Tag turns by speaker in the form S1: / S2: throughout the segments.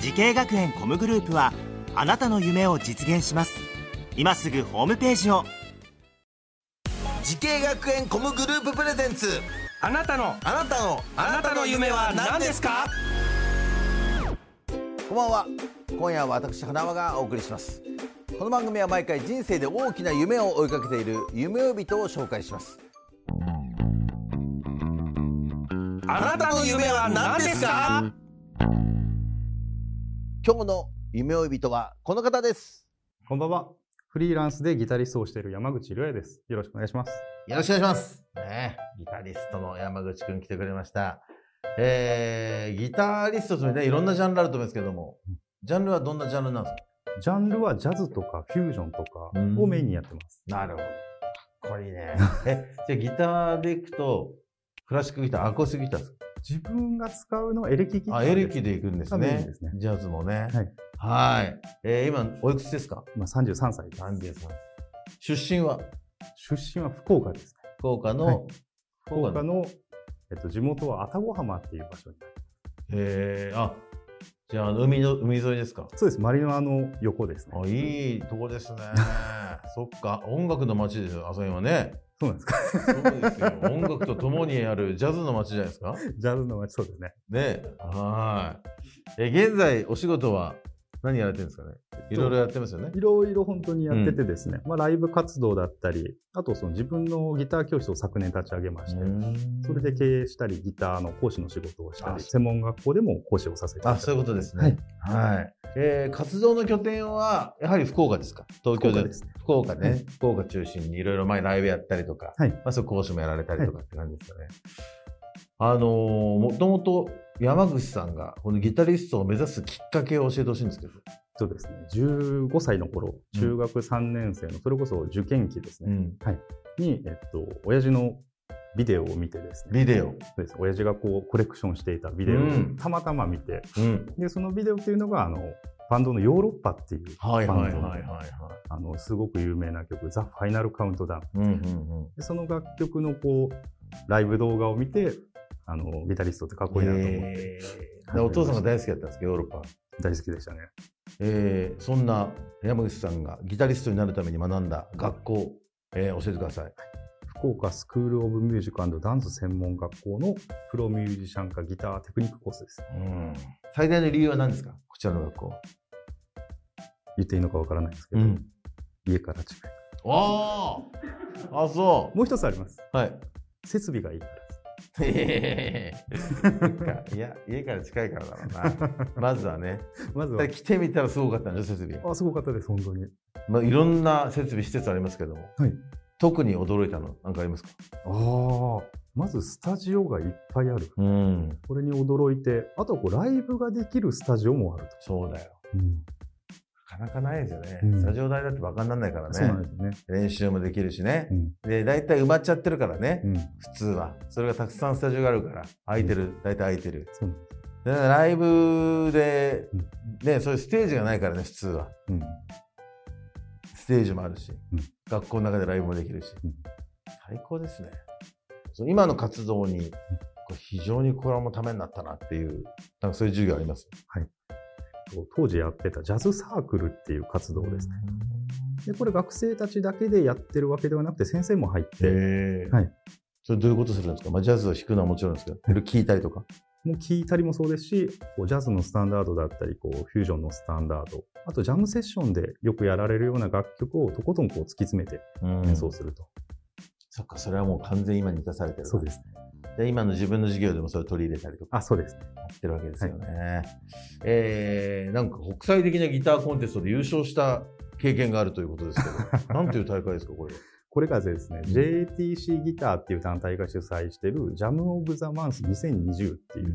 S1: 時系学園コムグループはあなたの夢を実現します今すぐホームページを
S2: 時系学園コムグループプレゼンツ
S3: あなたの
S2: あなたの
S3: あなたの夢は何ですか
S2: こんばんは今夜は私花輪がお送りしますこの番組は毎回人生で大きな夢を追いかけている夢追い人を紹介します
S3: あなたの夢は何ですか
S2: 今日の夢追い人はこの方です
S4: こんばんは。フリーランスでギタリストをしている山口亮也です。よろしくお願いします。
S2: よろしくお願いしますねえギタリストの山口くん来てくれましたえー、ギタリストというねいろんなジャンルあると思いますけどもジャンルはどんなジャンルなんですか
S4: ジャンルはジャズとかフュージョンとかをメインにやってます。
S2: なるほどかっこいいね えじゃあギターでいくとクラシックギターアコースティックギターですか
S4: 自分が使うのはエレキギター
S2: あ、
S4: です。
S2: エレキで行くんです
S4: メイン
S2: ね。
S4: ですね
S2: ジャズもね。
S4: はい。
S2: はい。えー今、おいくつですか
S4: 今33歳です。
S2: ?33 出身は
S4: 出身は福岡ですね。
S2: 福岡の、
S4: はい
S2: 福岡
S4: 他
S2: の。
S4: の、えっと、地元は愛宕浜っていう場所に。
S2: へえ、あ、じゃあ、海の、海沿いですか
S4: そうです。マリノアの横ですね。
S2: あ、いいと こですね。そっか、音楽の街ですよ、あそこはね。
S4: そうなんですか。
S2: そうですよ。音楽と共にあるジャズの街じゃないですか
S4: ジャズの街、そうですね。
S2: ね。はい。え、現在、お仕事は何やられてるんですかねいろいろやってますよね。
S4: いろいろ本当にやっててですね、まあ、ライブ活動だったり、あとその自分のギター教室を昨年立ち上げまして、それで経営したり、ギターの講師の仕事をした
S2: あ
S4: り、専門学校でも講師をさせていただ
S2: あ、
S4: いて
S2: そういうことですね。はい。えー活動の拠点は、やはり福岡ですか東
S4: 福
S2: 京
S4: 岡
S2: で
S4: で。すね。
S2: 福岡ね。
S4: は
S2: 福岡中心にいろいろ前ライブやったりとか、
S4: はい
S2: まあそう講師もやられたりとかって感じですよね。あのーもともと山口さんがこのギタリストを目指すきっかけを教えてほしいんですけど。
S4: そうですね。15歳の頃、中学3年生の、それこそ受験期ですね、
S2: ん。
S4: に、えっと、親父のビデオを見てですね、
S2: ビデオ。
S4: そうです親父がこうコレクションしていたビデオを
S2: うん
S4: たまたま見て、
S2: うん。
S4: で、そのビデオっていうのが、あの、バンドのヨーロッパっていう
S2: は
S4: バン
S2: い
S4: ドの、
S2: はいはいはいはい。
S4: あの、すごく有名な曲、ザ・ファイナルカウントダウン。
S2: うんうん
S4: でその楽曲のこう、ライブ動画を見て、あの、ギタリストってかっこいいなと思って、
S2: えーでお父さんが大好きだったんですけど、ヨーロッパ。
S4: 大好きでしたね。
S2: えーそんな山口さんがギタリストになるために学んだ学校、えー教えてください。
S4: 福岡スクール・オブ・ミュージックダンス専門学校のプロミュージシャン科ギターテクニックコースです。
S2: うん、最大の理由は何ですかこちらの学校。
S4: 言っていいのかわからないですけど、。家から近い。
S2: あああ、そう。
S4: もう一つあります。
S2: はい。
S4: 設備がいいからです。
S2: いや、家から近いからだろ うな。まずはね。
S4: まず
S2: だ
S4: は
S2: から、来てみたらすごかったんでしょ、設備。
S4: あ、すごかったです、本当に。
S2: まあ、いろんな設備、施設ありますけども。
S4: はい
S2: 特に驚いたの、なんかありますか
S4: ああ、まずスタジオがいっぱいある。
S2: うん。
S4: これに驚いて、あとはこうライブができるスタジオもあると。
S2: そうだよ。なかなかないですよね。
S4: うん
S2: スタジオ代だってバカにならないから
S4: そうなん
S2: ね。
S4: ですよね。
S2: 練習もできるしね
S4: う。ん
S2: で、大体埋まっちゃってるからね。
S4: うん、
S2: 普通は。それがたくさんスタジオがあるから。空いてる。大体空いてる。
S4: そうなんです。
S2: でライブで、ね、そういうステージがないからね、普通は。
S4: うん、
S2: ステージもあるし、
S4: うん
S2: 学校の中でライブもできるし、
S4: うん
S2: 最高ですね。その今の活動に、こう非常にこれもためになったなっていう、なんかそういう授業あります。
S4: 当時やってたジャズサークルっていう活動ですね。で、これ学生たちだけでやってるわけではなくて、先生も入って、
S2: へえ。
S4: はい。
S2: それどういうことするんですか、まあ、ジャズを弾くのはもちろんですけど、それ聞いたりとか。
S4: もう聞いたりもそうですし、こうジャズのスタンダードだったり、こうフュージョンのスタンダード、あとジャムセッションでよくやられるような楽曲をとことんこう突き詰めて演奏すると。
S2: そっか、それはもう完全に今に満たされてる。
S4: そうですね。
S2: で今の自分の授業でもそれを取り入れたりとか
S4: あ、そうですね。
S2: やってるわけですよね。えーなんか国際的なギターコンテストで優勝した経験があるということです けど、なんていう大会ですか、これは。
S4: これがですね、JTC ギターっていう団体が主催しているジャムオブザマンス2020っていう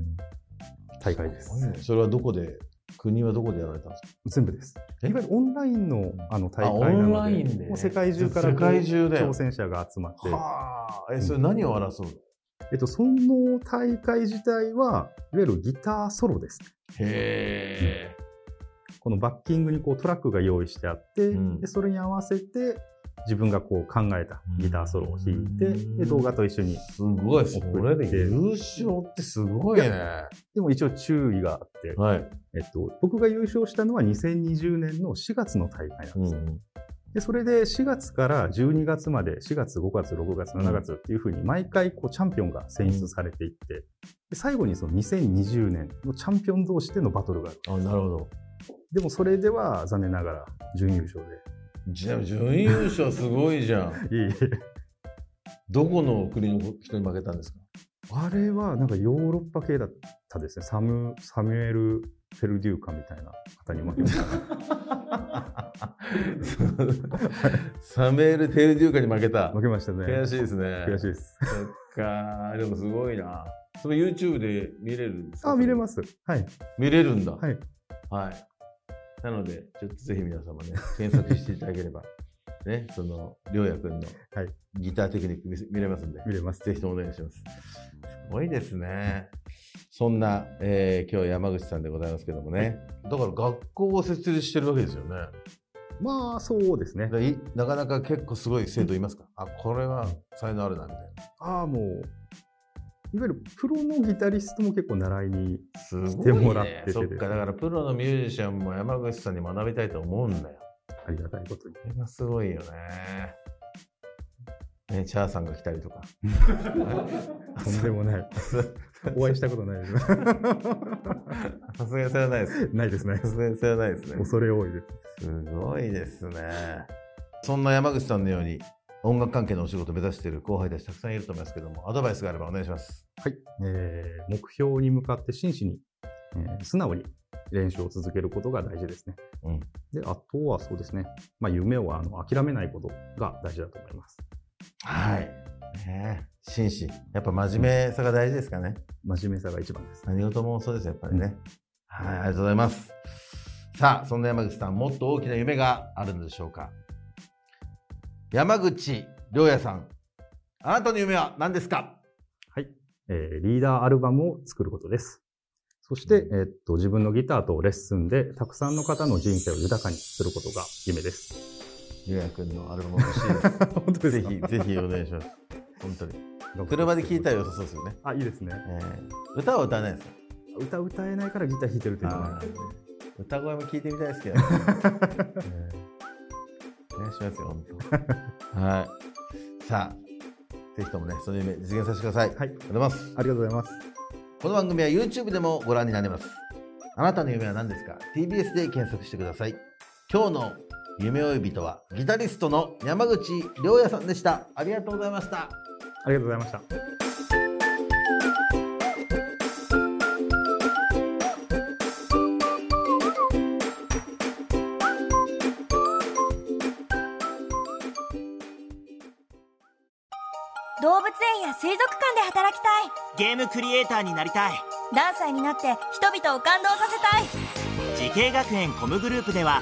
S4: 大会です。
S2: それはどこで国はどこでやられたんですか
S4: 全部です。
S2: え
S4: いわゆるオンラインのあの大
S2: あ
S4: 会な
S2: オンラ
S4: ので、
S2: インで
S4: もう世界中から
S2: 世界中で
S4: 挑戦者が集まって、
S2: はあえそれ何を争うの
S4: えっと、その大会自体は、いわゆるギターソロです。
S2: へえ
S4: このバッキングにこうトラックが用意してあって、
S2: うん
S4: でそれに合わせて自分がこう考えたギターソロを弾いて、
S2: うん
S4: で動画と一緒に
S2: すごいそれで優勝ってすごいね
S4: でも一応注意があって、
S2: はい、
S4: えっと、僕が優勝したのは2020年の4月の大会なんです、
S2: うん、
S4: でそれで4月から12月まで4月5月6月7月っていうふうに毎回こうチャンピオンが選出されていってで最後にその2020年のチャンピオン同士でのバトルがある
S2: あなるほど
S4: でもそれでは残念ながら準優勝
S2: じゃあ準優勝すごいじゃん
S4: でいえい え
S2: どこの国の人に負けたんですか
S4: あれはなんかヨーロッパ系だったですね。サム、サミュエル・フェルデューカみたいな方に負けま した。
S2: サメール・テールデューカに負けた
S4: 負。けましたね。
S2: 悔しいですね。
S4: 悔しい
S2: い。
S4: です。
S2: そっか、でもすごいな。それ YouTube で見れるんですか。
S4: あ、見れますす。はい。
S2: 見れるんだ。は。
S4: はいい。
S2: なので、ちょっとぜひ皆様ね、検索していただければ、 ね、その、りょうやくんの
S4: はい
S2: ギターテクニック見せ見れますんで、
S4: 見れます。
S2: ぜひともお願いします。すごいですね。そんな、えー今日山口さんでございますけどもね。だから学校を設立してるわけですよね。
S4: まあ、そうですね。
S2: でいなかなか結構すごい生徒いますか、あこれは才能あるなみたい
S4: ああ、もう、いわゆるプロのギタリストも結構習いに、
S2: なすごい、ね、
S4: してもらってて
S2: そっかだからプロのミュージシャンも山口さんに学びたいと思うんだよ
S4: ありがたいことに。
S2: これがすごいよねねチャーさんが来たりとか
S4: とんでも ない。お会いしたことないです。
S2: さすがにそれはないです
S4: ないです、ないで
S2: さ
S4: す。
S2: すがにそれはないですね
S4: 恐れ多いです。
S2: すごいですねそんな山口さんのように音楽関係のお仕事を目指している後輩たちたくさんいると思いますけどもアドバイスがあればお願いします
S4: はい。えー目標に向かって真摯に、えー素直に練習を続けることが大事ですね。
S2: うん
S4: で、あとはそうですね。まあ、夢をあの諦めないことが大事だと思います。
S2: はい。ねえ、真摯。やっぱ真面目さが大事ですかね。
S4: 真面目さが一番です。
S2: 何事もそうです、やっぱりね。はい、ありがとうございます。さあ、そんな山口さん、もっと大きな夢があるのでしょうか。山口良也さん、あなたの夢は何ですか
S4: はい。えーリーダーアルバムを作ることです。そして、えーっと、自分のギターとレッスンで、たくさんの方の人生を豊かにすることが夢です。
S2: 良也君のアルバム欲しいです。
S4: 本当
S2: ぜひ、ぜひお願いします。本当に。車で聴いたら良さそうですよね。
S4: あ、いいですね。
S2: ええ歌は歌わないですか
S4: 歌歌えないからギター弾いてるっていうのは
S2: あ。ー歌声も聞いてみたいです けど、ねお願いしますよ本当はいさあぜひともねその夢実現させてください、ありが
S4: はい。
S2: とうございます
S4: ありがとうございます。
S2: この番組は YouTube でもご覧になれますあなたの夢は何ですか TBS で検索してください今日の夢追い人はギタリストの山口良也さんでしたありがとうございまし
S4: あ
S2: た
S4: りがとうございました。
S5: 動物園や水族館で働きたい
S1: ゲームクリエイターになりたい
S5: 何歳になって人々を感動させたい
S1: 時系学園コムグループでは